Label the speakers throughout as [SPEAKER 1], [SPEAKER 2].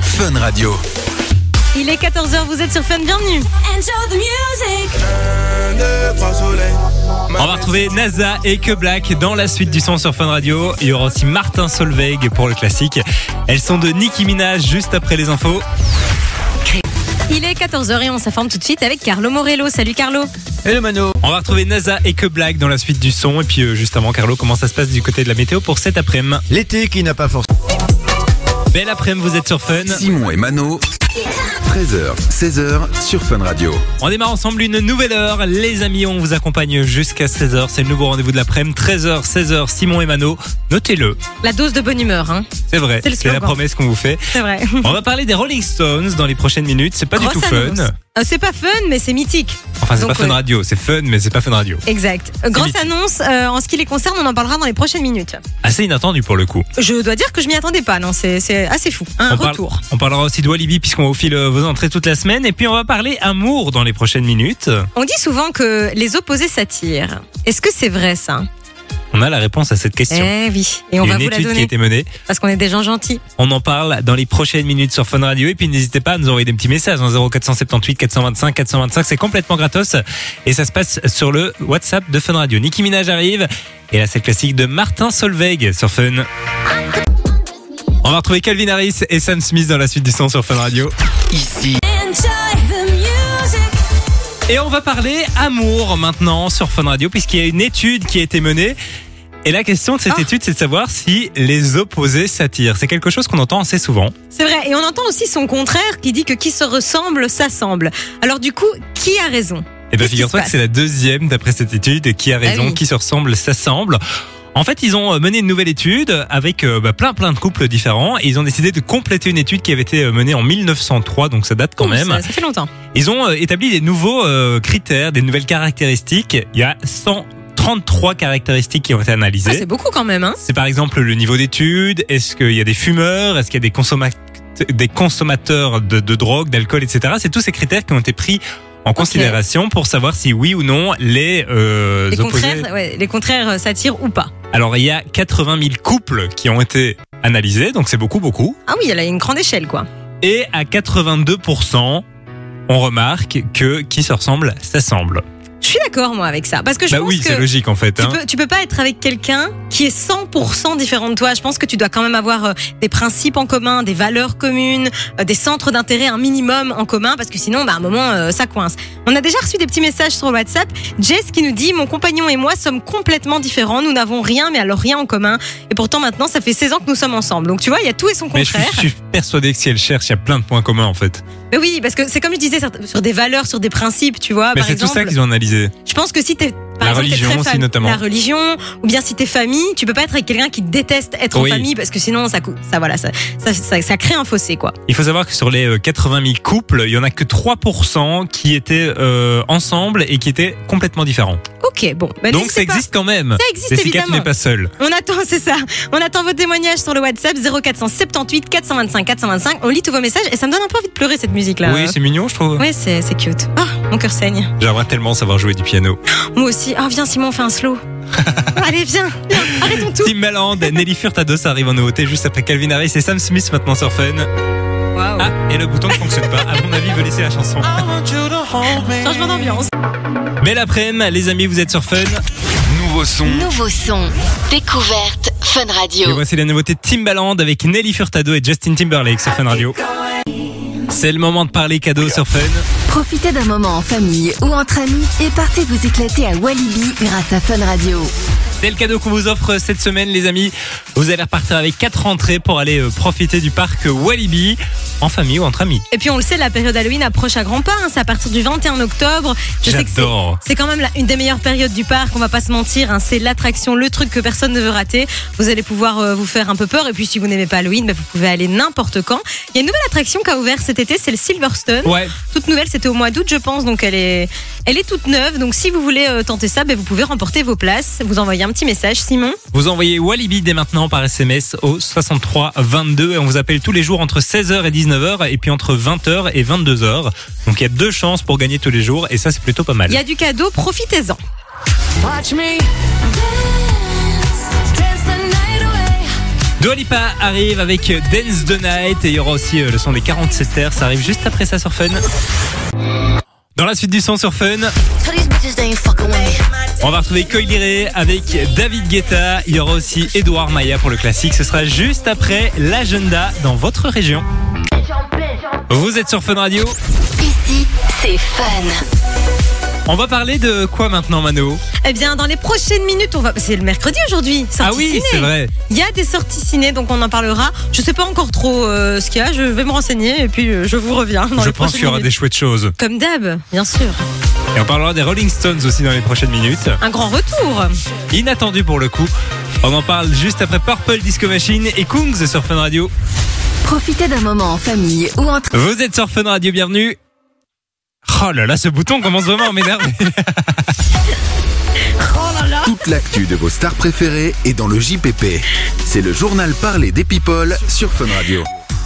[SPEAKER 1] Fun Radio.
[SPEAKER 2] Il est 14h, vous êtes sur Fun, bienvenue
[SPEAKER 3] Enjoy the music.
[SPEAKER 4] On va retrouver NASA et Que Black dans la suite du son sur Fun Radio. Il y aura aussi Martin Solveig pour le classique. Elles sont de Nicki Minaj juste après les infos.
[SPEAKER 2] Il est 14h et on s'informe tout de suite avec Carlo Morello. Salut Carlo
[SPEAKER 5] Hello Mano
[SPEAKER 4] On va retrouver NASA et Que Black dans la suite du son. Et puis euh, juste avant, Carlo, comment ça se passe du côté de la météo pour cet après-midi
[SPEAKER 5] L'été qui n'a pas forcément...
[SPEAKER 4] Belle après-midi, vous êtes sur Fun.
[SPEAKER 1] Simon et Mano. 13h, 16h sur Fun Radio.
[SPEAKER 4] On démarre ensemble une nouvelle heure. Les amis, on vous accompagne jusqu'à 16h. C'est le nouveau rendez-vous de l'après-midi. 13h, 16h, Simon et Mano. Notez-le,
[SPEAKER 2] La dose de bonne humeur, hein.
[SPEAKER 4] c'est vrai.
[SPEAKER 2] C'est le
[SPEAKER 4] la
[SPEAKER 2] slogan.
[SPEAKER 4] promesse qu'on vous fait.
[SPEAKER 2] c'est vrai.
[SPEAKER 4] On va parler des Rolling Stones dans les prochaines minutes. C'est pas
[SPEAKER 2] Grosse
[SPEAKER 4] du tout fun.
[SPEAKER 2] annonce. Euh, C'est pas fun, mais c'est mythique.
[SPEAKER 4] Enfin, c'est
[SPEAKER 2] Donc,
[SPEAKER 4] pas Fun
[SPEAKER 2] ouais.
[SPEAKER 4] Radio. C'est fun, mais c'est pas Fun Radio.
[SPEAKER 2] Exact. Euh, Grosse
[SPEAKER 4] mythique.
[SPEAKER 2] annonce, euh, en ce qui les concerne, on en parlera dans les prochaines minutes.
[SPEAKER 4] Assez inattendu pour le coup.
[SPEAKER 2] Je dois dire que je m'y attendais pas, non, c'est c'est assez fou. Un
[SPEAKER 4] parle-
[SPEAKER 2] retour.
[SPEAKER 4] on parlera aussi de Walibi puisqu'on vous file euh, vos entrées toute la semaine. Et puis on va parler amour dans les prochaines minutes.
[SPEAKER 2] On dit souvent que les opposés s'attirent. Est-ce que c'est vrai ça
[SPEAKER 4] On a la réponse à cette question.
[SPEAKER 2] Eh oui, et on
[SPEAKER 4] Il y a
[SPEAKER 2] va
[SPEAKER 4] une
[SPEAKER 2] vous la
[SPEAKER 4] étude qui a
[SPEAKER 2] donner
[SPEAKER 4] été menée.
[SPEAKER 2] parce qu'on est des gens gentils.
[SPEAKER 4] On en parle dans les prochaines minutes sur Fun Radio. Et puis n'hésitez pas à nous envoyer des petits messages hein, en 0478 425 425. C'est complètement gratos. Et ça se passe sur le WhatsApp de Fun Radio. Nicki Minaj arrive. Et là, c'est le classique de Martin Solveig sur Fun. On va retrouver Calvin Harris et Sam Smith dans la suite du son sur Fun Radio.
[SPEAKER 1] Ici,
[SPEAKER 3] Enjoy the music.
[SPEAKER 4] Et on va parler amour maintenant sur Fun Radio, puisqu'il y a une étude qui a été menée. Et la question de cette
[SPEAKER 2] Ah.
[SPEAKER 4] étude, c'est de savoir si les opposés s'attirent. C'est quelque chose qu'on entend assez souvent.
[SPEAKER 2] C'est vrai, et on entend aussi son contraire qui dit que qui se ressemble s'assemble. Alors du coup, qui a raison
[SPEAKER 4] Et bien,
[SPEAKER 2] Qu'est-ce qui
[SPEAKER 4] figure-toi
[SPEAKER 2] se Bah
[SPEAKER 4] que c'est la deuxième d'après cette étude qui a raison,
[SPEAKER 2] oui.
[SPEAKER 4] qui se ressemble, s'assemble. En fait, ils ont euh, mené une nouvelle étude avec euh, bah, plein plein de couples différents et ils ont décidé de compléter une étude qui avait été euh, menée en 1903, donc ça date quand
[SPEAKER 2] Ouh,
[SPEAKER 4] même.
[SPEAKER 2] Ça, ça fait longtemps.
[SPEAKER 4] Ils ont euh, établi des nouveaux euh, critères, des nouvelles caractéristiques. Il y a 133 caractéristiques qui ont été
[SPEAKER 2] Ah,
[SPEAKER 4] analysées.
[SPEAKER 2] c'est beaucoup quand même, hein
[SPEAKER 4] C'est par exemple le niveau d'études, est-ce qu'il y a des fumeurs, est-ce qu'il y a des, consommat- des consommateurs de, de drogue, d'alcool, etc. C'est tous ces critères qui ont été pris en considération pour savoir si oui ou non les, euh,
[SPEAKER 2] les
[SPEAKER 4] opposés-
[SPEAKER 2] contraires, ouais, les contraires euh, s'attirent ou pas.
[SPEAKER 4] Alors il y a 80 000 couples qui ont été analysés, donc c'est beaucoup beaucoup.
[SPEAKER 2] Ah oui, elle a une grande échelle quoi.
[SPEAKER 4] Et à 82%, on remarque que qui se ressemble s'assemble.
[SPEAKER 2] Je suis d'accord moi avec ça, parce que je
[SPEAKER 4] Bah
[SPEAKER 2] pense
[SPEAKER 4] oui,
[SPEAKER 2] que
[SPEAKER 4] c'est logique en fait.
[SPEAKER 2] tu
[SPEAKER 4] hein.
[SPEAKER 2] peux, tu peux pas être avec quelqu'un qui est 100% différent de toi. Je pense que tu dois quand même avoir euh, des principes en commun, des valeurs communes, euh, des centres d'intérêt un minimum en commun, parce que sinon, bah, à un moment, euh, ça coince. On a déjà reçu des petits messages sur WhatsApp. Jess qui nous dit Mon compagnon et moi sommes complètement différents. Nous n'avons rien, mais alors rien en commun. Et pourtant, maintenant, ça fait 16 ans que nous sommes ensemble. Donc, tu vois, il y a tout et son
[SPEAKER 4] Mais je suis,
[SPEAKER 2] contraire.
[SPEAKER 4] je suis persuadé que si elle cherche, il y a plein de points communs en fait.
[SPEAKER 2] Mais oui, parce que c'est comme je disais, sur- sur des valeurs, sur des principes, tu vois. Ah,
[SPEAKER 4] Mais
[SPEAKER 2] par
[SPEAKER 4] c'est tout
[SPEAKER 2] exemple,
[SPEAKER 4] ça qu'ils ont analysé.
[SPEAKER 2] je pense que si t'es par
[SPEAKER 4] La
[SPEAKER 2] exemple, t'es
[SPEAKER 4] religion
[SPEAKER 2] très
[SPEAKER 4] aussi,
[SPEAKER 2] fam-
[SPEAKER 4] notamment.
[SPEAKER 2] La religion, ou bien si t'es famille, tu peux pas être avec quelqu'un qui déteste être
[SPEAKER 4] Oui.
[SPEAKER 2] en famille parce que sinon ça, cou- ça voilà, ça, ça, ça- ça crée un fossé quoi.
[SPEAKER 4] Il faut savoir que sur les euh, 80 000 couples, il y en a que 3% qui étaient euh, ensemble et qui étaient complètement différents.
[SPEAKER 2] Ok, bon. Bah,
[SPEAKER 4] Donc ça
[SPEAKER 2] n'hésitez pas.
[SPEAKER 4] existe quand même.
[SPEAKER 2] Ça existe
[SPEAKER 4] Jessica, tu
[SPEAKER 2] évidemment.
[SPEAKER 4] n'es pas seule.
[SPEAKER 2] On attend, c'est ça. On attend vos témoignages sur le WhatsApp 0478 425 425. On lit tous vos messages et ça me donne un peu envie de pleurer cette musique là.
[SPEAKER 4] Oui, c'est mignon, je trouve.
[SPEAKER 2] Ouais, c'est c'est cute. Ah, mon cœur saigne.
[SPEAKER 4] J'aimerais tellement savoir jouer du piano.
[SPEAKER 2] Moi aussi. Ah, viens Simon, on fait un slow. Allez, viens, viens, arrêtons tout.
[SPEAKER 4] Tim Maland, Nelly Furtado, ça arrive en nouveauté juste après Calvin Harris et Sam Smith maintenant sur Fun.
[SPEAKER 2] Waouh. Ah.
[SPEAKER 4] Ah, et le bouton ne fonctionne pas. À mon avis, il veut laisser la chanson.
[SPEAKER 2] Changement d'ambiance.
[SPEAKER 4] Belle après-midi, les amis, vous êtes sur Fun.
[SPEAKER 1] nouveau son,
[SPEAKER 6] Nouveau son. Découverte Fun
[SPEAKER 4] Et
[SPEAKER 6] Radio.
[SPEAKER 4] voici la nouveauté Timbaland avec Nelly Furtado et Justin Timberlake sur Fun Radio. C'est le moment de parler cadeau sur Fun.
[SPEAKER 6] Profitez d'un moment en famille ou entre amis et partez vous éclater à Walibi grâce à Fun Radio.
[SPEAKER 4] C'est le cadeau qu'on vous offre cette semaine, les amis. Vous allez repartir avec quatre entrées pour aller euh, profiter du parc Walibi en famille ou entre amis.
[SPEAKER 2] Et puis on le sait, la période Halloween approche à grands pas. hein. C'est à partir du 21 octobre. Je sais que c'est-
[SPEAKER 4] J'adore.
[SPEAKER 2] c'est quand même la- une des meilleures périodes du parc. On va pas se mentir, hein. c'est l'attraction, le truc que personne ne veut rater. Vous allez pouvoir euh, vous faire un peu peur. Et puis si vous n'aimez pas Halloween, ben, vous pouvez aller n'importe quand. Il y a une nouvelle attraction qui a ouvert cet été, c'est le Silverstone.
[SPEAKER 4] Ouais,
[SPEAKER 2] Toute nouvelle, c'était au mois d'août, je pense. Donc elle est, elle est toute neuve. Donc si vous voulez euh, tenter ça, ben, vous pouvez remporter vos places. Vous envoyez un petit message, Simon.
[SPEAKER 4] vous envoyez Walibi dès maintenant par SMS au 63 22 et on vous appelle tous les jours entre 16h et 19h et puis entre 20h et 22h. Donc il y a deux chances pour gagner tous les jours et ça c'est plutôt pas mal.
[SPEAKER 2] Il y a du cadeau, profitez-en.
[SPEAKER 3] Dance, dance the night away.
[SPEAKER 4] Dua Lipa arrive avec Dance the Night et il y aura aussi euh, le son des 47 terres. Ça arrive juste après ça sur Fun. Dans la suite du son sur Fun, on va retrouver Coy Leray avec David Guetta. Il y aura aussi Edouard Maya pour le classique. Ce sera juste après l'agenda dans votre région. Vous êtes sur Fun Radio.
[SPEAKER 6] Ici, c'est fun.
[SPEAKER 4] On va parler de quoi maintenant, Mano
[SPEAKER 2] Eh bien, dans les prochaines minutes, on va. C'est le mercredi aujourd'hui.
[SPEAKER 4] Ah
[SPEAKER 2] sortie
[SPEAKER 4] oui,
[SPEAKER 2] ciné.
[SPEAKER 4] c'est vrai.
[SPEAKER 2] Il y a des sorties ciné, donc on en parlera. Je sais pas encore trop euh, ce qu'il y a. Je vais me renseigner et puis euh, je vous reviens. Dans
[SPEAKER 4] Je
[SPEAKER 2] les
[SPEAKER 4] pense
[SPEAKER 2] prochaines
[SPEAKER 4] qu'il y aura des
[SPEAKER 2] minutes.
[SPEAKER 4] chouettes choses.
[SPEAKER 2] Comme d'hab, bien sûr.
[SPEAKER 4] Et on parlera des Rolling Stones aussi dans les prochaines minutes.
[SPEAKER 2] Un grand retour.
[SPEAKER 4] Inattendu pour le coup. On en parle juste après Purple Disco Machine et Kungs sur Fun Radio.
[SPEAKER 6] Profitez d'un moment en famille ou entre
[SPEAKER 4] Vous êtes sur Fun Radio, bienvenue. Oh là là, ce bouton commence vraiment à m'énerver.
[SPEAKER 1] Toute l'actu de vos stars préférées est dans le JPP. C'est le journal parlé des people sur Fun Radio.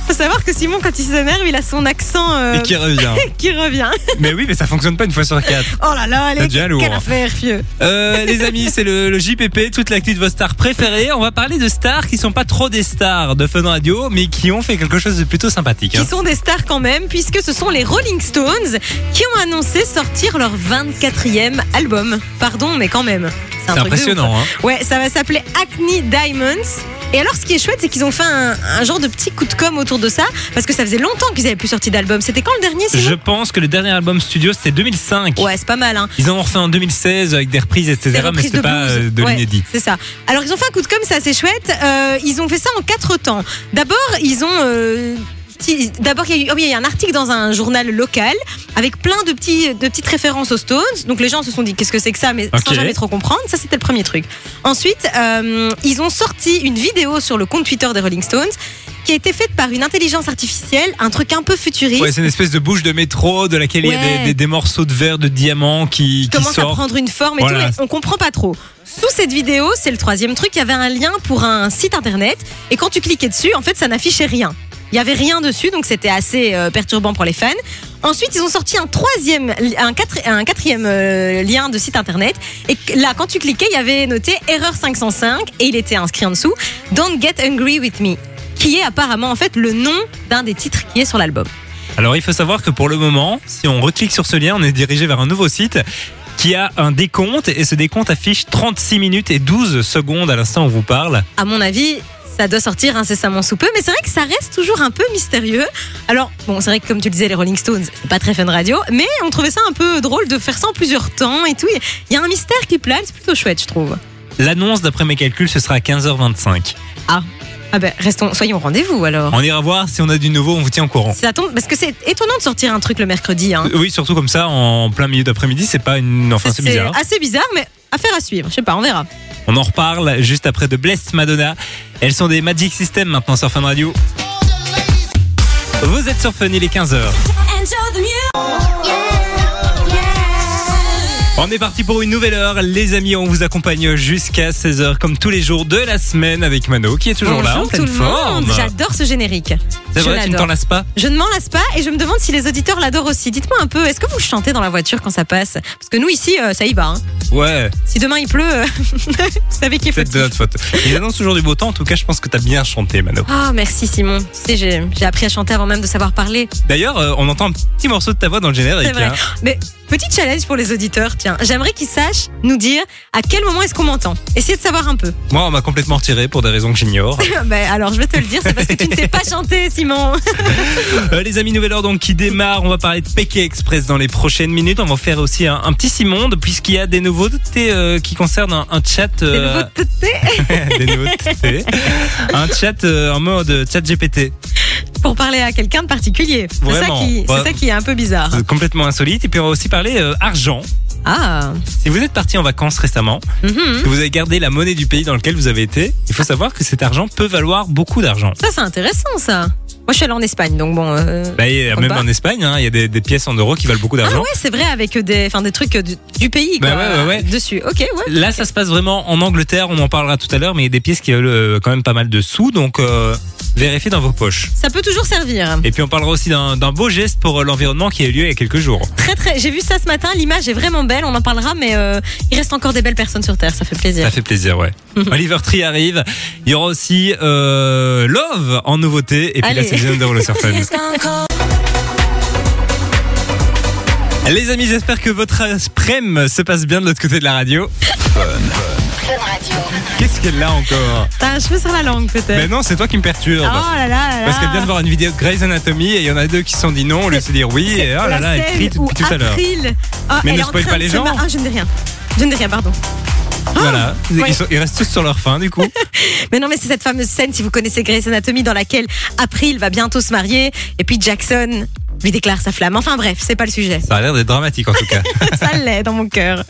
[SPEAKER 2] Faut savoir que Simon, quand il s'énerve, il a son accent euh,
[SPEAKER 4] Et qui revient.
[SPEAKER 2] qui revient.
[SPEAKER 4] Mais oui, mais ça fonctionne pas une fois sur quatre.
[SPEAKER 2] Oh là là,
[SPEAKER 4] C'est
[SPEAKER 2] allez,
[SPEAKER 4] déjà lourd.
[SPEAKER 2] quelle affaire, vieux.
[SPEAKER 4] Euh, les amis, c'est le, le JPP, toute l'actu de vos stars préférées. On va parler de stars qui sont pas trop des stars de Fun Radio, mais qui ont fait quelque chose de plutôt sympathique. hein.
[SPEAKER 2] Qui sont des stars quand même, puisque ce sont les Rolling Stones qui ont annoncé sortir leur 24e album. Pardon, mais quand même. un truc
[SPEAKER 4] C'est
[SPEAKER 2] de ouf.
[SPEAKER 4] impressionnant. Hein.
[SPEAKER 2] Ouais, ça va s'appeler Acne Diamonds. Et alors, ce qui est chouette, c'est qu'ils ont fait un, un genre de petit coup de com autour de ça, parce que ça faisait longtemps qu'ils n'avaient plus sorti d'album. C'était quand le dernier Simon
[SPEAKER 4] Je pense que le dernier album studio, c'était 2005.
[SPEAKER 2] Ouais, c'est pas mal, hein.
[SPEAKER 4] Ils en ont refait en 2016 avec des reprises,
[SPEAKER 2] Des
[SPEAKER 4] etc. mais
[SPEAKER 2] reprises
[SPEAKER 4] c'était
[SPEAKER 2] de
[SPEAKER 4] pas
[SPEAKER 2] blues.
[SPEAKER 4] euh, de
[SPEAKER 2] Ouais,
[SPEAKER 4] l'inédit.
[SPEAKER 2] C'est ça. Alors, ils ont fait un coup de com, c'est assez chouette. Euh, ils ont fait ça en quatre temps. D'abord, ils ont. euh, petit- D'abord, il y, a eu, oh oui, il y a eu un article dans un journal local avec plein de, petits, de petites références aux Stones. Donc les gens se sont dit qu'est-ce que c'est que ça, mais sans
[SPEAKER 4] Ok.
[SPEAKER 2] jamais trop comprendre. Ça, c'était le premier truc. Ensuite, euh, ils ont sorti une vidéo sur le compte Twitter des Rolling Stones qui a été faite par une intelligence artificielle, un truc un peu futuriste.
[SPEAKER 4] Ouais, c'est une espèce de bouche de métro de laquelle il y a
[SPEAKER 2] Ouais.
[SPEAKER 4] des, des- des morceaux de verre, de diamants qui, qui
[SPEAKER 2] commence à
[SPEAKER 4] sortent.
[SPEAKER 2] prendre une forme et tout,
[SPEAKER 4] Voilà.
[SPEAKER 2] mais on comprend pas trop. Sous cette vidéo, c'est le troisième truc, il y avait un lien pour un site internet, et quand tu cliquais dessus, en fait, ça n'affichait rien. Il y avait rien dessus, donc c'était assez euh, perturbant pour les fans. Ensuite, ils ont sorti un troisième, li- un, quatre- un quatrième euh, lien de site internet. Et que- là, quand tu cliquais, il y avait noté erreur 505 et il était inscrit en dessous Don't get angry with me, qui est apparemment en fait le nom d'un des titres qui est sur l'album.
[SPEAKER 4] Alors il faut savoir que pour le moment, si on reclique sur ce lien, on est dirigé vers un nouveau site qui a un décompte et ce décompte affiche 36 minutes et 12 secondes à l'instant où on vous parle.
[SPEAKER 2] à mon avis, ça doit sortir incessamment sous peu, mais c'est vrai que ça reste toujours un peu mystérieux. Alors, bon, c'est vrai que comme tu le disais, les Rolling Stones, c'est pas très fun radio, mais on trouvait ça un peu drôle de faire ça en plusieurs temps et tout. Il y a un mystère qui plane, c'est plutôt chouette, je trouve.
[SPEAKER 4] L'annonce d'après mes calculs, ce sera à 15h25.
[SPEAKER 2] Ah ben, restons, soyons au rendez-vous alors.
[SPEAKER 4] On ira voir si on a du nouveau, on vous tient au courant.
[SPEAKER 2] Ça tombe, parce que c'est étonnant de sortir un truc le mercredi. Hein.
[SPEAKER 4] Oui, surtout comme ça, en plein milieu d'après-midi, c'est pas une... Enfin, c'est Euh, bizarre.
[SPEAKER 2] assez bizarre, mais affaire à suivre. Je sais pas, on verra.
[SPEAKER 4] On en reparle juste après de Blessed Madonna. Elles sont des Magic System maintenant sur Fun Radio. Vous êtes sur Fun, il est 15h.
[SPEAKER 3] Enjoy the music.
[SPEAKER 4] On est parti pour une nouvelle heure. Les amis, on vous accompagne jusqu'à 16h comme tous les jours de la semaine avec Mano qui est toujours
[SPEAKER 2] Bonjour
[SPEAKER 4] là en
[SPEAKER 2] tout
[SPEAKER 4] pleine
[SPEAKER 2] le
[SPEAKER 4] forme.
[SPEAKER 2] monde, j'adore ce générique.
[SPEAKER 4] C'est
[SPEAKER 2] Je
[SPEAKER 4] vrai, tu ne
[SPEAKER 2] l'adore.
[SPEAKER 4] t'en lasses pas
[SPEAKER 2] Je ne m'en lasse pas et je me demande si les auditeurs l'adorent aussi. Dites-moi un peu, est-ce que vous chantez dans la voiture quand ça passe Parce que nous ici, euh, ça y va. hein.
[SPEAKER 4] Ouais,
[SPEAKER 2] Si demain il pleut, euh, vous savez qui est
[SPEAKER 4] peut-être de
[SPEAKER 2] fautif.
[SPEAKER 4] notre faute. Ils annoncent toujours du beau temps, en tout cas, je pense que t'as bien chanté, Mano.
[SPEAKER 2] Ah, merci Simon. Tu sais, j'ai j'ai appris à chanter avant même de savoir parler.
[SPEAKER 4] D'ailleurs, euh, on entend un petit morceau de ta voix dans le générique.
[SPEAKER 2] C'est vrai.
[SPEAKER 4] hein.
[SPEAKER 2] Mais petit challenge pour les auditeurs, tiens. J'aimerais qu'ils sachent nous dire à quel moment est-ce qu'on m'entend. Essayez de savoir un peu.
[SPEAKER 4] Moi, on m'a complètement retiré pour des raisons que j'ignore.
[SPEAKER 2] Ben, alors, je vais te le dire, c'est parce que tu ne sais pas chanter, Simon.
[SPEAKER 4] Euh, les amis, nouvelle heure donc qui démarre. On va parler de Pékin Express dans les prochaines minutes. On va faire aussi un, un petit Simonde puisqu'il y a des nouveautés euh, qui concernent un, un chat.
[SPEAKER 2] C'est
[SPEAKER 4] euh,
[SPEAKER 2] nouveau de têter
[SPEAKER 4] des nouveautés. un chat euh, en mode chat GPT.
[SPEAKER 2] pour parler à quelqu'un de particulier. C'est ça,
[SPEAKER 4] Vraiment. Bah, euh.
[SPEAKER 2] qui,
[SPEAKER 4] Ouais.
[SPEAKER 2] c'est ça qui est un peu bizarre.
[SPEAKER 4] C'est Complètement insolite. Et puis on va aussi parler euh, argent.
[SPEAKER 2] Ah.
[SPEAKER 4] Si vous êtes parti en vacances récemment,
[SPEAKER 2] Mhm.
[SPEAKER 4] que vous avez gardé la monnaie du pays dans lequel vous avez été, il faut savoir que cet argent peut valoir beaucoup d'argent.
[SPEAKER 2] Ça, c'est intéressant, ça. Moi, je suis allée en Espagne, donc bon. euh,
[SPEAKER 4] Bah, et
[SPEAKER 2] Comme
[SPEAKER 4] même
[SPEAKER 2] pas.
[SPEAKER 4] en Espagne, hein, il y a des, des pièces en euros qui valent beaucoup
[SPEAKER 2] Ah
[SPEAKER 4] d'argent.
[SPEAKER 2] ouais, c'est vrai, avec des, enfin, des trucs du, du pays
[SPEAKER 4] Bah
[SPEAKER 2] quoi,
[SPEAKER 4] ouais, ouais, ouais.
[SPEAKER 2] dessus. Ok, ouais.
[SPEAKER 4] Là, ça se passe vraiment en Angleterre, on en parlera tout à l'heure, mais il y a des pièces qui valent euh, quand même pas mal de sous, donc euh, vérifiez dans vos poches.
[SPEAKER 2] Ça peut toujours servir.
[SPEAKER 4] Et puis on parlera aussi d'un d'un beau geste pour euh, l'environnement qui a eu lieu il y a quelques jours.
[SPEAKER 2] Très très, j'ai vu ça ce matin, l'image est vraiment belle, on en parlera, mais euh, il reste encore des belles personnes sur Terre, ça fait plaisir.
[SPEAKER 4] Ça fait plaisir, ouais. Oliver Tree arrive. Il y aura aussi euh, Love en nouveauté. Et puis
[SPEAKER 2] Allez.
[SPEAKER 4] la saison de Roller Surfing. Les amis, j'espère que votre après se passe bien de l'autre côté de la radio. Qu'est-ce qu'elle a encore
[SPEAKER 2] T'as un cheveu sur la langue peut-être.
[SPEAKER 4] Ben non, c'est toi qui me perturbe.
[SPEAKER 2] Oh là là, là
[SPEAKER 4] Parce qu'elle vient de voir une vidéo de Grey's Anatomy et il y en a deux qui se sont dit non, le se dire oui et oh là là, elle crie tout-
[SPEAKER 2] ou
[SPEAKER 4] depuis tout à l'heure.
[SPEAKER 2] April. Ah,
[SPEAKER 4] Mais
[SPEAKER 2] elle
[SPEAKER 4] ne
[SPEAKER 2] est en
[SPEAKER 4] spoil
[SPEAKER 2] train
[SPEAKER 4] pas
[SPEAKER 2] de
[SPEAKER 4] les
[SPEAKER 2] se
[SPEAKER 4] gens.
[SPEAKER 2] mar- Ah, je ne dis rien. Je ne dis rien, pardon.
[SPEAKER 4] Voilà,
[SPEAKER 2] ouais.
[SPEAKER 4] ils, sont- ils restent tous sur leur fin du coup.
[SPEAKER 2] Mais non, mais c'est cette fameuse scène, si vous connaissez Grey's Anatomy, dans laquelle April va bientôt se marier et puis Jackson lui déclare sa flamme. Enfin bref, c'est pas le sujet.
[SPEAKER 4] Ça a l'air d'être dramatique en tout cas.
[SPEAKER 2] Ça l'est dans mon cœur.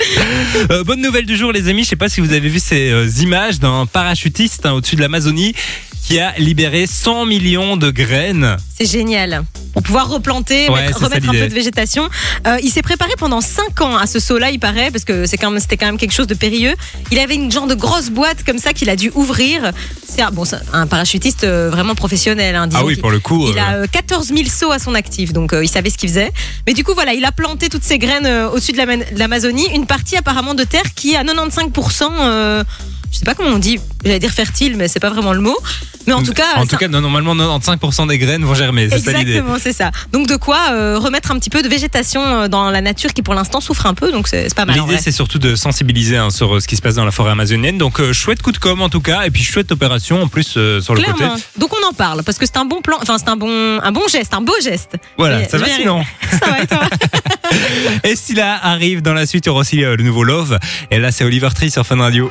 [SPEAKER 4] Euh, bonne nouvelle du jour, les amis. Je sais pas si vous avez vu ces euh, images d'un parachutiste hein, au-dessus de l'Amazonie qui a libéré 100 millions de graines.
[SPEAKER 2] C'est génial. Pour pouvoir replanter,
[SPEAKER 4] Ouais,
[SPEAKER 2] mettre-
[SPEAKER 4] c'est ça
[SPEAKER 2] remettre un peu
[SPEAKER 4] l'idée.
[SPEAKER 2] de végétation. Euh, il s'est préparé pendant 5 ans à ce saut-là, il paraît, parce que c'est quand même- c'était quand même quelque chose de périlleux. Il avait une genre de grosse boîte comme ça qu'il a dû ouvrir. C'est un, bon, c'est un parachutiste euh, vraiment professionnel. hein, disons
[SPEAKER 4] Ah oui,
[SPEAKER 2] qu'il-
[SPEAKER 4] pour le coup.
[SPEAKER 2] Il
[SPEAKER 4] euh,
[SPEAKER 2] a euh, 14 000 sauts à son actif, donc euh, il savait ce qu'il faisait. Mais du coup, voilà, il a planté toutes ces graines euh, au-dessus de la- de l'Amazonie, une partie apparemment de terre qui est à 95%, euh, je sais pas comment on dit, j'allais dire fertile, mais c'est pas vraiment le mot. Mais en tout cas,
[SPEAKER 4] Mm. en
[SPEAKER 2] c'est
[SPEAKER 4] tout cas, non, normalement 95% des graines vont germer. C'est ça l'idée.
[SPEAKER 2] Exactement, c'est ça. Donc de quoi euh, remettre un petit peu de végétation euh, dans la nature qui pour l'instant souffre un peu, donc c'est c'est pas mal. en
[SPEAKER 4] L'idée,
[SPEAKER 2] vrai.
[SPEAKER 4] c'est surtout de sensibiliser hein, sur euh, ce qui se passe dans la forêt amazonienne. Donc, euh, chouette coup de com en tout cas, et puis chouette opération en plus euh, sur le
[SPEAKER 2] Clairement.
[SPEAKER 4] côté.
[SPEAKER 2] Donc on en parle parce que c'est un bon plan, enfin c'est un bon, un bon geste, un beau geste.
[SPEAKER 4] Voilà,
[SPEAKER 2] Mais
[SPEAKER 4] ça
[SPEAKER 2] je
[SPEAKER 4] va
[SPEAKER 2] vais y
[SPEAKER 4] sinon.
[SPEAKER 2] arriver. Ça va et toi
[SPEAKER 4] Et si là arrive dans la suite, il y aura aussi euh, le nouveau Love. Et là, c'est Oliver Tree sur Fun Radio.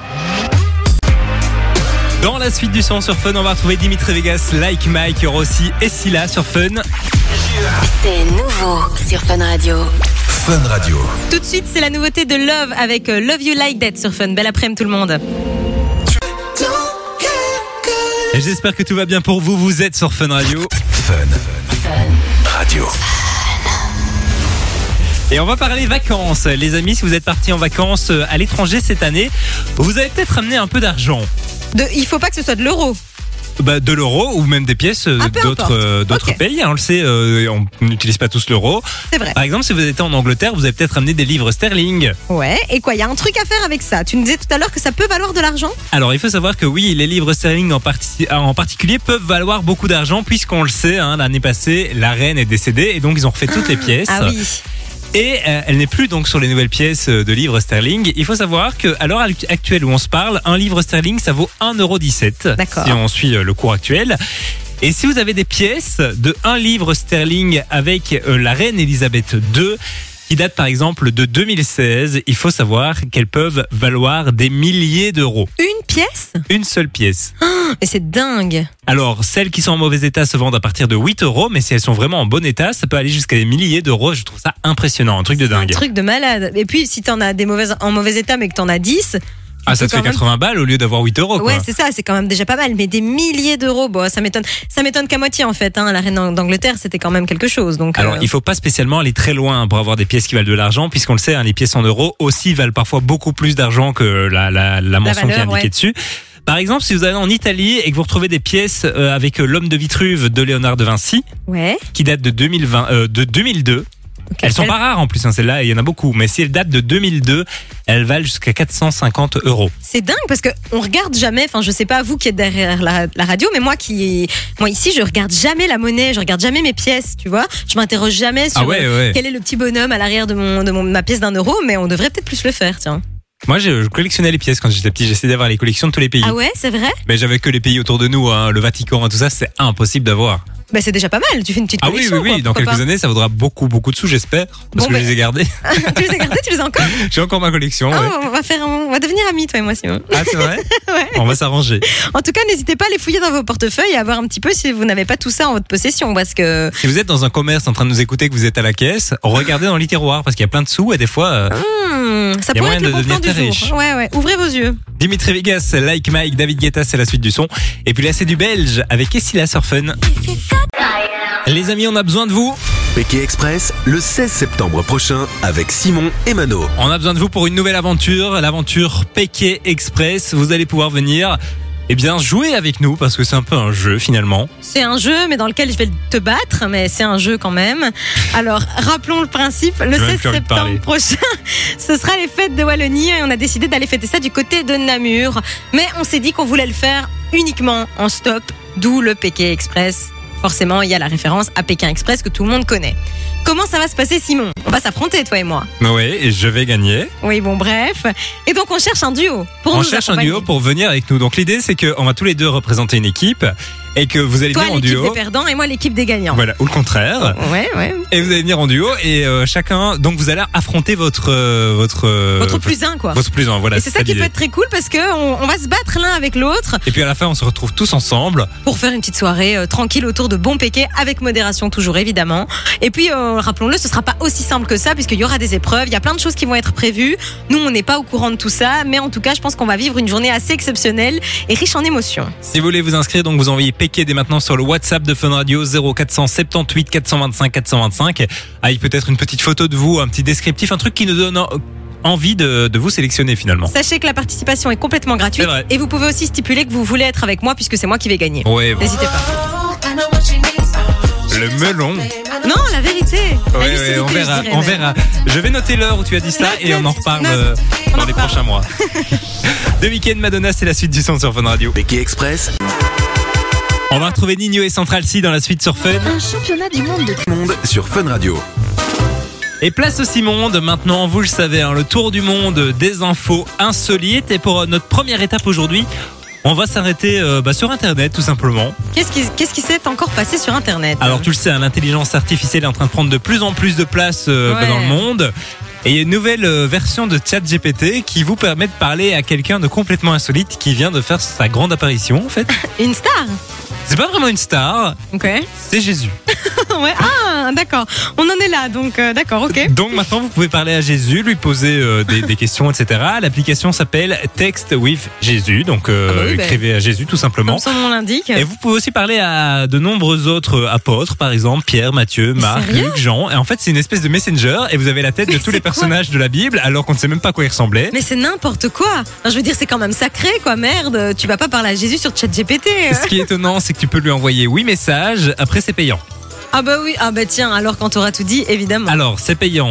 [SPEAKER 4] Dans la suite du son sur Fun, on va retrouver Dimitri Vegas, Like Mike, il y aura aussi Essila sur Fun.
[SPEAKER 6] C'est nouveau sur Fun Radio.
[SPEAKER 1] Fun Radio.
[SPEAKER 2] Tout de suite, c'est la nouveauté de Love avec euh, Love You Like That sur Fun. Belle après-midi tout le monde.
[SPEAKER 4] Et J'espère que tout va bien pour vous, vous êtes sur Fun Radio.
[SPEAKER 1] Fun Radio.
[SPEAKER 4] Et on va parler vacances. Les amis, si vous êtes partis en vacances euh, à l'étranger cette année, vous avez peut-être amené un peu d'argent.
[SPEAKER 2] De, il faut pas que ce soit de l'euro.
[SPEAKER 4] Bah, de l'euro ou même des pièces euh,
[SPEAKER 2] Ah, peu importe.
[SPEAKER 4] d'autres euh, d'autres
[SPEAKER 2] Ok.
[SPEAKER 4] pays. hein, on le sait, euh, on n'utilise pas tous l'euro.
[SPEAKER 2] C'est vrai.
[SPEAKER 4] Par exemple, si vous étiez en Angleterre, vous avez peut-être amené des livres sterling.
[SPEAKER 2] Ouais. Et quoi, il y a un truc à faire avec ça. Tu nous disais tout à l'heure que ça peut valoir de l'argent.
[SPEAKER 4] Alors, il faut savoir que oui, les livres sterling en, parti- euh, en particulier peuvent valoir beaucoup d'argent, puisqu'on le sait, hein, l'année passée, la reine est décédée et donc ils ont refait toutes les pièces.
[SPEAKER 2] Ah oui.
[SPEAKER 4] Et euh, elle n'est plus donc sur les nouvelles pièces euh, de livres sterling. Il faut savoir que à l'heure act- actuelle où on se parle, un livre sterling ça vaut 1,17€
[SPEAKER 2] D'accord.
[SPEAKER 4] si on suit euh, le cours actuel. Et si vous avez des pièces de 1 livre sterling avec euh, la reine Elisabeth II, qui date par exemple de 2016, il faut savoir qu'elles peuvent valoir des milliers d'euros.
[SPEAKER 2] Une pièce.
[SPEAKER 4] Une seule pièce.
[SPEAKER 2] Mais c'est dingue.
[SPEAKER 4] Alors, celles qui sont en mauvais état se vendent à partir de 8 euros, mais si elles sont vraiment en bon état, ça peut aller jusqu'à des milliers d'euros. Je trouve ça impressionnant, un truc de
[SPEAKER 2] Un
[SPEAKER 4] dingue.
[SPEAKER 2] truc de malade. Et puis si t'en as des mauvaises en mauvais état mais que t'en as 10
[SPEAKER 4] Ah, ça te
[SPEAKER 2] Quand
[SPEAKER 4] fait
[SPEAKER 2] même.
[SPEAKER 4] 80 balles au lieu d'avoir 8 euros, Oh, quoi.
[SPEAKER 2] Ouais, c'est ça, c'est quand même déjà pas mal, mais des milliers d'euros, bon, ça m'étonne, ça m'étonne qu'à moitié en fait. Hein, la reine d'Ang- d'Angleterre, c'était quand même quelque chose. Donc,
[SPEAKER 4] Alors,
[SPEAKER 2] euh,
[SPEAKER 4] il faut pas spécialement aller très loin pour avoir des pièces qui valent de l'argent, puisqu'on le sait, hein, les pièces en euros aussi valent parfois beaucoup plus d'argent que la, la, la mention qui est
[SPEAKER 2] valeur,
[SPEAKER 4] indiquée
[SPEAKER 2] ouais.
[SPEAKER 4] dessus. Par exemple, si vous allez en Italie et que vous retrouvez des pièces euh, avec euh, l'homme de Vitruve de Léonard de Vinci,
[SPEAKER 2] ouais,
[SPEAKER 4] qui datent de, 2020, euh, de 2002,
[SPEAKER 2] ok.
[SPEAKER 4] elles sont
[SPEAKER 2] Elle-
[SPEAKER 4] pas rares en plus, hein, celles-là, il y en a beaucoup, mais si elles datent de 2002, elles valent jusqu'à 450 euros.
[SPEAKER 2] C'est dingue parce que on regarde jamais. Enfin, je sais pas vous qui êtes derrière la, la radio, mais moi qui, moi ici, je regarde jamais la monnaie, je regarde jamais mes pièces, tu vois. Je m'interroge jamais sur euh,
[SPEAKER 4] Ah ouais.
[SPEAKER 2] quel est le petit bonhomme à l'arrière de mon, de mon- ma pièce d'un euro, mais on devrait peut-être plus le faire, tiens.
[SPEAKER 4] Moi, je, je collectionnais les pièces quand j'étais petit, j'essayais d'avoir les collections de tous les pays.
[SPEAKER 2] Ah ouais, c'est vrai.
[SPEAKER 4] Mais j'avais que les pays autour de nous, hein, le Vatican, tout ça, c'est impossible d'avoir.
[SPEAKER 2] Bah c'est déjà pas mal. Tu fais une petite
[SPEAKER 4] Ah oui, oui,
[SPEAKER 2] collection.
[SPEAKER 4] oui,
[SPEAKER 2] quoi,
[SPEAKER 4] dans
[SPEAKER 2] pourquoi
[SPEAKER 4] quelques
[SPEAKER 2] pas.
[SPEAKER 4] années, ça vaudra beaucoup, beaucoup de sous, j'espère. Parce
[SPEAKER 2] Bon,
[SPEAKER 4] que
[SPEAKER 2] bah-
[SPEAKER 4] je les ai gardés.
[SPEAKER 2] tu les as gardées, tu les as encore.
[SPEAKER 4] J'ai encore ma collection.
[SPEAKER 2] Ah,
[SPEAKER 4] ouais.
[SPEAKER 2] on va faire, on va devenir amis, toi et moi, Simon.
[SPEAKER 4] Ah, c'est vrai
[SPEAKER 2] Oh. Ouais.
[SPEAKER 4] On va s'arranger.
[SPEAKER 2] En tout cas, n'hésitez pas à les fouiller dans vos portefeuilles et à voir un petit peu si vous n'avez pas tout ça en votre possession. Parce que.
[SPEAKER 4] Si vous êtes dans un commerce en train de nous écouter, que vous êtes à la caisse, regardez dans les tiroirs parce qu'il y a plein de sous et des fois, euh,
[SPEAKER 2] hmm, ça
[SPEAKER 4] Y
[SPEAKER 2] pourrait
[SPEAKER 4] a moyen
[SPEAKER 2] être le
[SPEAKER 4] de
[SPEAKER 2] bon plan
[SPEAKER 4] devenir
[SPEAKER 2] du
[SPEAKER 4] très
[SPEAKER 2] jour.
[SPEAKER 4] riche.
[SPEAKER 2] Ouais, ouais. Ouvrez vos yeux.
[SPEAKER 4] Dimitri Vegas, Like Mike, David Guetta, c'est la suite du son. Et puis là, c'est du belge avec Essila Surfen.
[SPEAKER 3] If you go
[SPEAKER 4] Les amis, on a besoin de vous.
[SPEAKER 1] Pékin Express, le 16 septembre prochain avec Simon et Mano.
[SPEAKER 4] On a besoin de vous pour une nouvelle aventure, l'aventure Péquet Express. Vous allez pouvoir venir. Eh bien, jouer avec nous parce que c'est un peu un jeu finalement.
[SPEAKER 2] C'est un jeu, mais dans lequel je vais te battre, mais c'est un jeu quand même. Alors, rappelons le principe. Le
[SPEAKER 4] Je vais
[SPEAKER 2] 16
[SPEAKER 4] plus envie de parler.
[SPEAKER 2] septembre prochain, ce sera les fêtes de Wallonie et on a décidé d'aller fêter ça du côté de Namur. Mais on s'est dit qu'on voulait le faire uniquement en stop, d'où le Pékin Express. Forcément, il y a la référence à Pékin Express que tout le monde connaît. Comment ça va se passer, Simon On va s'affronter, toi et moi.
[SPEAKER 4] Oui, et je vais gagner.
[SPEAKER 2] Oui, bon, bref. Et donc, on cherche un duo pour
[SPEAKER 4] on
[SPEAKER 2] nous
[SPEAKER 4] cherche un
[SPEAKER 2] accompagner.
[SPEAKER 4] duo pour venir avec nous. Donc l'idée c'est qu'on va tous les deux représenter une équipe et que vous allez
[SPEAKER 2] Toi,
[SPEAKER 4] venir en
[SPEAKER 2] l'équipe des
[SPEAKER 4] duo.
[SPEAKER 2] perdants et moi, l'équipe des gagnants.
[SPEAKER 4] Voilà, ou le contraire.
[SPEAKER 2] Ouais, ouais.
[SPEAKER 4] Et vous allez venir en duo et euh, chacun donc vous allez affronter votre euh, votre euh,
[SPEAKER 2] Votre plus un, quoi.
[SPEAKER 4] votre plus un. Voilà.
[SPEAKER 2] et c'est ça qui
[SPEAKER 4] Bah, l'idée.
[SPEAKER 2] peut être très cool parce que on, on va se battre l'un avec l'autre
[SPEAKER 4] Et puis à la fin on se retrouve tous ensemble.
[SPEAKER 2] pour faire une petite soirée euh, tranquille autour de bons péquets avec modération toujours évidemment. Et puis euh, rappelons-le, ce sera pas aussi simple que ça puisqu'il y aura des épreuves, il y a plein de choses qui vont être prévues. Nous on n'est pas au courant de tout ça, mais en tout cas je pense qu'on va vivre une journée assez exceptionnelle et riche en émotions.
[SPEAKER 4] Si vous voulez vous inscrire, donc vous envoyez PK dès maintenant sur le WhatsApp de Fun Radio 0478 425 425 avec peut-être une petite photo de vous, un petit descriptif, un truc qui nous donne en- envie de, de vous sélectionner finalement.
[SPEAKER 2] Sachez que la participation est complètement gratuite
[SPEAKER 4] C'est vrai.
[SPEAKER 2] et vous pouvez aussi stipuler que vous voulez être avec moi puisque c'est moi qui vais gagner.
[SPEAKER 4] Ouais, bon.
[SPEAKER 2] N'hésitez pas.
[SPEAKER 4] le melon.
[SPEAKER 2] Non, la vérité. la
[SPEAKER 4] Ouais, ouais,
[SPEAKER 2] lucidité,
[SPEAKER 4] on
[SPEAKER 2] je
[SPEAKER 4] verra,
[SPEAKER 2] dirais
[SPEAKER 4] on
[SPEAKER 2] même.
[SPEAKER 4] verra. Je vais noter l'heure où tu as dit ça et on en reparle euh,
[SPEAKER 2] On
[SPEAKER 4] dans
[SPEAKER 2] en
[SPEAKER 4] les
[SPEAKER 2] reparle.
[SPEAKER 4] prochains mois. Deux week-ends Madonna, c'est la suite du son sur Fun Radio.
[SPEAKER 1] Pékin Express,
[SPEAKER 4] On va retrouver Nino et Central C dans la suite sur Fun.
[SPEAKER 6] Un championnat du monde de
[SPEAKER 1] monde sur Fun Radio.
[SPEAKER 4] Et place au six monde, maintenant vous le savez, hein, le tour du monde des infos insolites. Et pour euh, notre première étape aujourd'hui, on va s'arrêter euh, bah, sur Internet tout simplement.
[SPEAKER 2] Qu'est-ce qui qu'est-ce qui s'est encore passé sur internet
[SPEAKER 4] Alors tu le sais, hein, l'intelligence artificielle est en train de prendre de plus en plus de place euh, bah,
[SPEAKER 2] Ouais.
[SPEAKER 4] dans le monde. Et il y a une nouvelle euh, version de ChatGPT qui vous permet de parler à quelqu'un de complètement insolite qui vient de faire sa grande apparition en fait.
[SPEAKER 2] une star
[SPEAKER 4] C'est pas vraiment une star,
[SPEAKER 2] OK.
[SPEAKER 4] c'est Jésus.
[SPEAKER 2] Ouais, ah, d'accord. On en est là, donc euh, d'accord, ok.
[SPEAKER 4] Donc maintenant, vous pouvez parler à Jésus, lui poser euh, des, des questions, etc. L'application s'appelle Text with Jésus, donc euh,
[SPEAKER 2] Ah bah oui, bah.
[SPEAKER 4] écrivez à Jésus tout
[SPEAKER 2] Comme
[SPEAKER 4] simplement.
[SPEAKER 2] son nom l'indique.
[SPEAKER 4] Et vous pouvez aussi parler à de nombreux autres euh, apôtres, par exemple Pierre, Matthieu, Marc,
[SPEAKER 2] sérieux
[SPEAKER 4] Luc, Jean. Et en fait, c'est une espèce de messenger et vous avez la tête de
[SPEAKER 2] Mais
[SPEAKER 4] tous les
[SPEAKER 2] c'est quoi
[SPEAKER 4] personnages de la Bible alors qu'on ne sait même pas à quoi ils ressemblaient.
[SPEAKER 2] Mais c'est n'importe quoi. Enfin, je veux dire, c'est quand même sacré, quoi. Merde, tu vas pas parler à Jésus sur ChatGPT. euh.
[SPEAKER 4] Ce qui est étonnant, c'est que tu peux lui envoyer huit messages, après c'est payant.
[SPEAKER 2] Ah bah oui, ah bah tiens, alors quand t'auras tout dit, évidemment.
[SPEAKER 4] Alors, c'est payant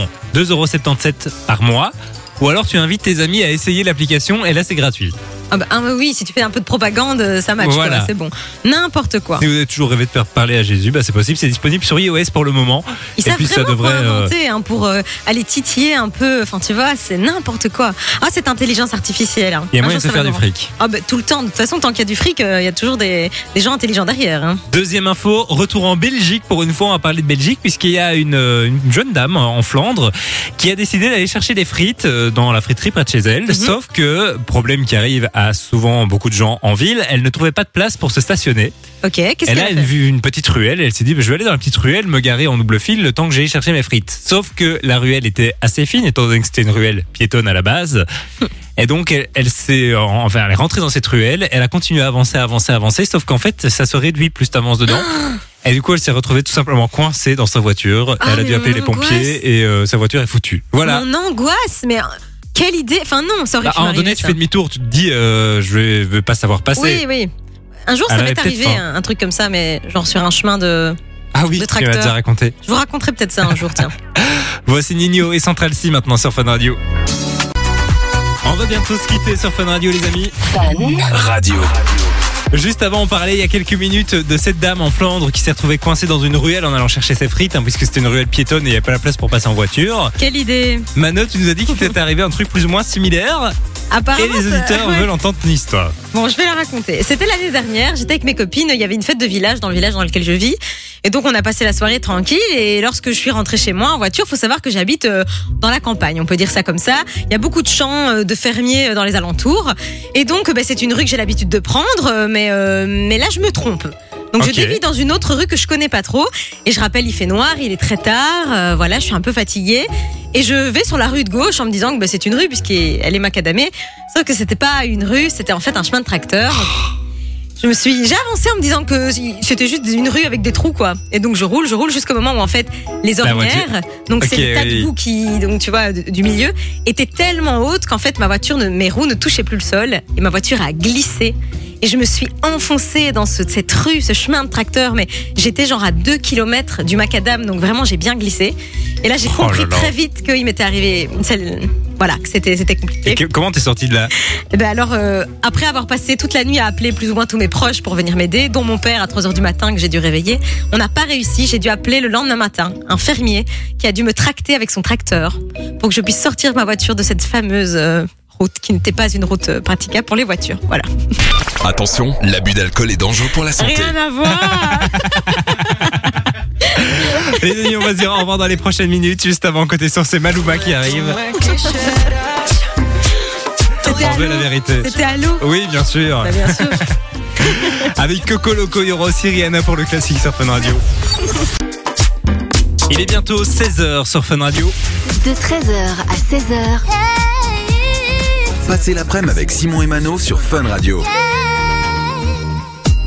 [SPEAKER 4] 2,77€ par mois, ou alors tu invites tes amis à essayer l'application et là c'est gratuit.
[SPEAKER 2] Ah bah, ah bah oui, si tu fais un peu de propagande, euh, ça match,
[SPEAKER 4] Voilà.
[SPEAKER 2] quoi, c'est bon. N'importe quoi.
[SPEAKER 4] Si vous avez toujours rêvé de faire parler à Jésus, bah c'est possible, c'est disponible sur iOS pour le moment.
[SPEAKER 2] Ils
[SPEAKER 4] Et
[SPEAKER 2] savent
[SPEAKER 4] puis ça
[SPEAKER 2] vraiment
[SPEAKER 4] devrait.
[SPEAKER 2] quoi
[SPEAKER 4] euh,
[SPEAKER 2] inventer hein, pour euh, aller titiller un peu. Enfin, tu vois, c'est n'importe quoi. Ah, cette intelligence artificielle. hein.
[SPEAKER 4] Il y a
[SPEAKER 2] Un
[SPEAKER 4] moyen de
[SPEAKER 2] jour,
[SPEAKER 4] se
[SPEAKER 2] ça va
[SPEAKER 4] faire du
[SPEAKER 2] nous-
[SPEAKER 4] fric.
[SPEAKER 2] Ah bah tout le temps. De toute façon, tant qu'il y a du fric, euh, il y a toujours des, des gens intelligents derrière. hein.
[SPEAKER 4] Deuxième info, retour en Belgique. Pour une fois, on va parler de Belgique puisqu'il y a une, euh, une jeune dame en Flandre qui a décidé d'aller chercher des frites euh, dans la friterie près de chez elle.
[SPEAKER 2] Mhm.
[SPEAKER 4] Sauf que, problème qui arrive à souvent beaucoup de gens en ville, elle ne trouvait pas de place pour se stationner.
[SPEAKER 2] Ok, qu'est-ce qu'elle
[SPEAKER 4] elle a
[SPEAKER 2] a fait
[SPEAKER 4] une, vue- une petite ruelle, elle s'est dit, bah, je vais aller dans la petite ruelle, me garer en double fil le temps que j'aille chercher mes frites. Sauf que la ruelle était assez fine, étant donné que c'était une ruelle piétonne à la base. Et donc, elle, elle s'est, euh, enfin, elle est rentrée dans cette ruelle, elle a continué à avancer, avancer, avancer, sauf qu'en fait, ça se réduit plus t'avances dedans. Et du coup, elle s'est retrouvée tout simplement coincée dans sa voiture.
[SPEAKER 2] Ah,
[SPEAKER 4] elle a
[SPEAKER 2] mais
[SPEAKER 4] dû appeler
[SPEAKER 2] mon
[SPEAKER 4] les
[SPEAKER 2] angoisse.
[SPEAKER 4] pompiers et euh, sa voiture est foutue. Voilà.
[SPEAKER 2] Mon angoisse, mais euh, quelle idée. Enfin, non, ça aurait
[SPEAKER 4] Bah,
[SPEAKER 2] pu
[SPEAKER 4] à un moment
[SPEAKER 2] m'arriver,
[SPEAKER 4] donné, tu
[SPEAKER 2] ça.
[SPEAKER 4] fais demi-tour, tu te dis, euh, je vais, veux pas savoir passer.
[SPEAKER 2] Oui, oui. Un jour,
[SPEAKER 4] Elle
[SPEAKER 2] ça
[SPEAKER 4] avait
[SPEAKER 2] m'est
[SPEAKER 4] peut-être
[SPEAKER 2] arrivé,
[SPEAKER 4] faim.
[SPEAKER 2] un, un truc comme ça, mais genre sur un chemin de.
[SPEAKER 4] ah oui,
[SPEAKER 2] Le
[SPEAKER 4] tu m'as
[SPEAKER 2] tracteur.
[SPEAKER 4] déjà raconté.
[SPEAKER 2] Je vous raconterai peut-être ça un jour, tiens.
[SPEAKER 4] Voici Nino et Central C maintenant sur Fun Radio. On va bientôt se quitter sur Fun Radio les amis.
[SPEAKER 6] fun.
[SPEAKER 1] Radio.
[SPEAKER 4] Juste avant on parlait il y a quelques minutes de cette dame en Flandre qui s'est retrouvée coincée dans une ruelle en allant chercher ses frites hein, puisque c'était une ruelle piétonne et il n'y avait pas la place pour passer en voiture.
[SPEAKER 2] Quelle idée.
[SPEAKER 4] Mano tu nous as dit qu'il t'était arrivé un truc plus ou moins similaire et
[SPEAKER 2] Apparemment.
[SPEAKER 4] les
[SPEAKER 2] ça-
[SPEAKER 4] auditeurs
[SPEAKER 2] ouais.
[SPEAKER 4] veulent entendre une histoire.
[SPEAKER 2] Bon, je vais la raconter. C'était l'année dernière, j'étais avec mes copines, il y avait une fête de village dans le village dans lequel je vis. Et donc, on a passé la soirée tranquille. Et lorsque je suis rentrée chez moi en voiture, faut savoir que j'habite euh, dans la campagne, on peut dire ça comme ça. Il y a beaucoup de champs euh, de fermiers euh, dans les alentours. Et donc, euh, bah, c'est une rue que j'ai l'habitude de prendre, euh, mais, euh, mais là, je me trompe. Donc,
[SPEAKER 4] Ok.
[SPEAKER 2] je dévie dans une autre rue que je connais pas trop. Et je rappelle, il fait noir, il est très tard, euh, voilà, je suis un peu fatiguée. Et je vais sur la rue de gauche en me disant que bah, c'est une rue puisqu'elle est macadamée. Sauf que c'était pas une rue, c'était en fait un chemin de tracteur. Je me suis, j'ai avancé en me disant que c'était juste une rue avec des trous, quoi. Et donc je roule, je roule jusqu'au moment où en fait les
[SPEAKER 4] La
[SPEAKER 2] ornières, donc c'est
[SPEAKER 4] Ok,
[SPEAKER 2] le tas de
[SPEAKER 4] oui.
[SPEAKER 2] boue qui, donc tu vois, d- du milieu, était tellement haute qu'en fait ma voiture, ne, mes roues ne touchaient plus le sol et ma voiture a glissé. Et je me suis enfoncée dans ce- cette rue, ce chemin de tracteur, mais j'étais genre à 2 km du macadam, donc vraiment j'ai bien glissé. Et là j'ai
[SPEAKER 4] Oh là
[SPEAKER 2] compris
[SPEAKER 4] là.
[SPEAKER 2] très vite qu'il m'était arrivé une seule... Voilà, que c'était c'était compliqué.
[SPEAKER 4] Et que- comment t'es sorti de là
[SPEAKER 2] Eh ben alors, euh, après avoir passé toute la nuit à appeler plus ou moins tous mes proches pour venir m'aider, dont mon père à 3h du matin que j'ai dû réveiller, on n'a pas réussi. J'ai dû appeler le lendemain matin un fermier qui a dû me tracter avec son tracteur pour que je puisse sortir ma voiture de cette fameuse euh, route qui n'était pas une route euh, praticable pour les voitures. Voilà.
[SPEAKER 1] Attention, l'abus d'alcool est dangereux pour la santé.
[SPEAKER 2] Rien à voir
[SPEAKER 4] Les amis, on va se dire au revoir dans les prochaines minutes, juste avant côté source, c'est Maluma qui arrive.
[SPEAKER 2] C'était
[SPEAKER 4] On veut la
[SPEAKER 2] Allô
[SPEAKER 4] vérité.
[SPEAKER 2] C'était Allô
[SPEAKER 4] Oui, bien sûr.
[SPEAKER 2] Bah, Bien sûr.
[SPEAKER 4] Avec Coco Loco, il y aura aussi Rihanna pour le classique sur Fun Radio. Il est bientôt 16h sur Fun Radio.
[SPEAKER 6] De 13h à 16h,
[SPEAKER 1] Passez l'après-midi avec Simon et Mano sur Fun Radio.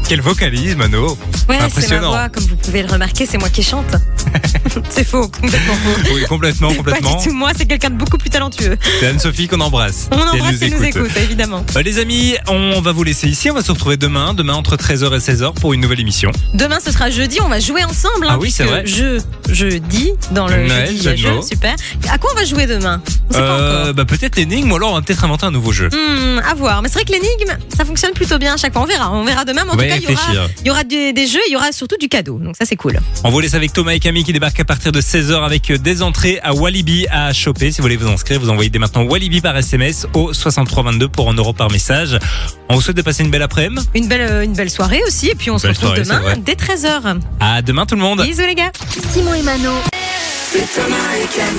[SPEAKER 4] Quel vocalise, Mano
[SPEAKER 2] Ouais, c'est ma
[SPEAKER 4] Impressionnant.
[SPEAKER 2] voix, comme vous pouvez le remarquer, c'est moi qui chante. c'est faux, complètement faux.
[SPEAKER 4] Oui, complètement,
[SPEAKER 2] Pas
[SPEAKER 4] complètement.
[SPEAKER 2] du tout moi, c'est quelqu'un de beaucoup plus talentueux.
[SPEAKER 4] C'est Anne-Sophie qu'on embrasse.
[SPEAKER 2] On
[SPEAKER 4] Si elle
[SPEAKER 2] embrasse et nous écoute, évidemment.
[SPEAKER 4] Euh, Les amis, on va vous laisser ici. On va se retrouver demain, demain entre 13h et 16h pour une nouvelle émission.
[SPEAKER 2] Demain, ce sera jeudi. On va jouer ensemble. hein,
[SPEAKER 4] Ah oui, c'est
[SPEAKER 2] puisque
[SPEAKER 4] vrai.
[SPEAKER 2] Je, jeudi, dans le
[SPEAKER 4] Ouais,
[SPEAKER 2] jeudi, il y
[SPEAKER 4] jeu
[SPEAKER 2] a
[SPEAKER 4] de
[SPEAKER 2] jeu,
[SPEAKER 4] mots.
[SPEAKER 2] super. À quoi on va jouer demain On sait pas
[SPEAKER 4] Euh,
[SPEAKER 2] encore.
[SPEAKER 4] bah, peut-être l'énigme ou alors on va peut-être inventer un nouveau jeu.
[SPEAKER 2] Hmm, à voir. Mais c'est vrai que l'énigme, ça fonctionne plutôt bien à chaque fois. On verra. On verra demain. Mais en
[SPEAKER 4] On va
[SPEAKER 2] tout
[SPEAKER 4] y
[SPEAKER 2] cas, il y aura,
[SPEAKER 4] réfléchir.
[SPEAKER 2] il y aura des, des jeux, il y aura surtout du cadeau. Donc ça, c'est cool.
[SPEAKER 4] On vous laisse avec Thomas et Camille qui débarquent à partir de 16h avec euh, des entrées à Walibi à choper. Si vous voulez vous inscrire, vous envoyez dès maintenant Walibi par SMS au 6322 pour 1 euro par message. On vous souhaite de passer une belle après-midi.
[SPEAKER 2] Une belle, euh, une belle soirée aussi. Et puis, on se
[SPEAKER 4] Belle
[SPEAKER 2] retrouve
[SPEAKER 4] soirée, c'est
[SPEAKER 2] demain
[SPEAKER 4] vrai.
[SPEAKER 2] dès 13h.
[SPEAKER 4] À demain tout le monde.
[SPEAKER 2] Bisous, les gars.
[SPEAKER 6] Simon et Mano.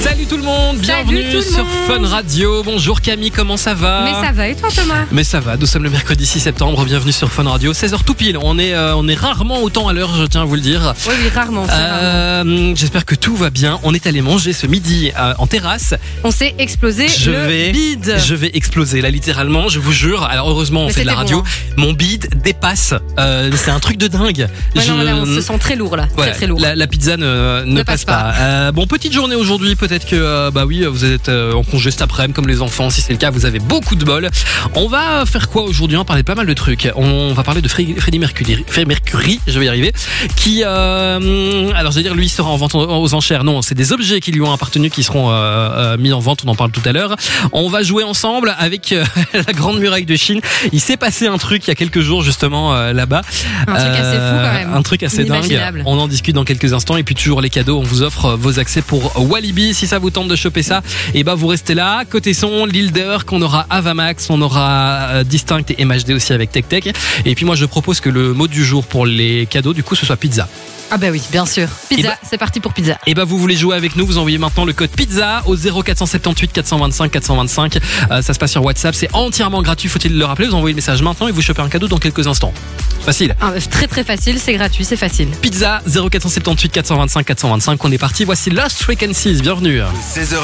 [SPEAKER 7] Salut tout le monde, bienvenue
[SPEAKER 8] tout le
[SPEAKER 7] sur
[SPEAKER 8] monde.
[SPEAKER 7] Fun Radio. Bonjour Camille, comment ça va
[SPEAKER 8] Ah. Mais ça va et toi Thomas
[SPEAKER 7] Mais ça va, nous sommes le mercredi 6 septembre, bienvenue sur Fun Radio, 16h tout pile. On est, euh, on est rarement autant à l'heure, je tiens à vous le dire.
[SPEAKER 8] Oui, oui, rarement. très rarement.
[SPEAKER 7] Euh, J'espère que tout va bien. On est allé manger ce midi euh, en terrasse.
[SPEAKER 8] On s'est explosé
[SPEAKER 7] je
[SPEAKER 8] le
[SPEAKER 7] vais-
[SPEAKER 8] bide.
[SPEAKER 7] Je vais exploser là littéralement, je vous jure. Alors heureusement on
[SPEAKER 8] Mais
[SPEAKER 7] fait de la
[SPEAKER 8] c'était
[SPEAKER 7] radio.
[SPEAKER 8] bon, hein.
[SPEAKER 7] Mon bide dépasse. Euh, C'est un truc de dingue.
[SPEAKER 8] Ouais,
[SPEAKER 7] Je-
[SPEAKER 8] non, là, on se sent très lourd là,
[SPEAKER 7] Voilà,
[SPEAKER 8] très très lourd.
[SPEAKER 7] La, la pizza ne, ne
[SPEAKER 8] Ne passe
[SPEAKER 7] passe pas.
[SPEAKER 8] pas.
[SPEAKER 7] Euh, bon, petite journée aujourd'hui. Peut-être que euh, bah oui, vous êtes euh, en congé cet après-midi comme les enfants. Si c'est le cas, vous avez beaucoup de bol. On va faire quoi aujourd'hui On va parler de pas mal de trucs. On va parler de Fre- Freddie Mercury. Freddie Mercury, je vais y arriver. Qui, euh, alors, je veux dire, lui sera en vente aux enchères. Non, c'est des objets qui lui ont appartenu qui seront euh, euh, mis en vente. On en parle tout à l'heure. On va jouer ensemble avec euh, la Grande Muraille de Chine. Il s'est passé un truc il y a quelques jours justement euh, là-bas. Euh,
[SPEAKER 8] Un truc assez fou quand même.
[SPEAKER 7] Un truc assez dingue.
[SPEAKER 8] Inimaginable.
[SPEAKER 7] On en discute dans quelques instants. Et puis toujours les cadeaux, on vous offre euh, vos accès pour Walibi. Si ça vous tente de choper ça, et bah vous restez là. Côté son, Lilder, qu'on aura Avamax, on aura euh, Distinct et MHD aussi avec Tech Tech. Et puis moi je propose que le mot du jour pour les cadeaux, du coup, ce soit pizza.
[SPEAKER 8] Ah bah oui, bien sûr.
[SPEAKER 4] Eh
[SPEAKER 8] Pizza,
[SPEAKER 7] Et bah-
[SPEAKER 8] c'est parti pour pizza.
[SPEAKER 7] Et bah vous voulez jouer avec nous, vous envoyez maintenant le code pizza au 0478 425 425. Euh, ça se passe sur WhatsApp, c'est entièrement gratuit, faut-il le rappeler. Vous envoyez le message maintenant et vous chopez un cadeau dans quelques instants. Facile.
[SPEAKER 8] Ah, très très facile, c'est gratuit, c'est facile.
[SPEAKER 7] Pizza 0478 425 425. On est parti. Voici Lost Frequencies. Bienvenue.
[SPEAKER 1] 16h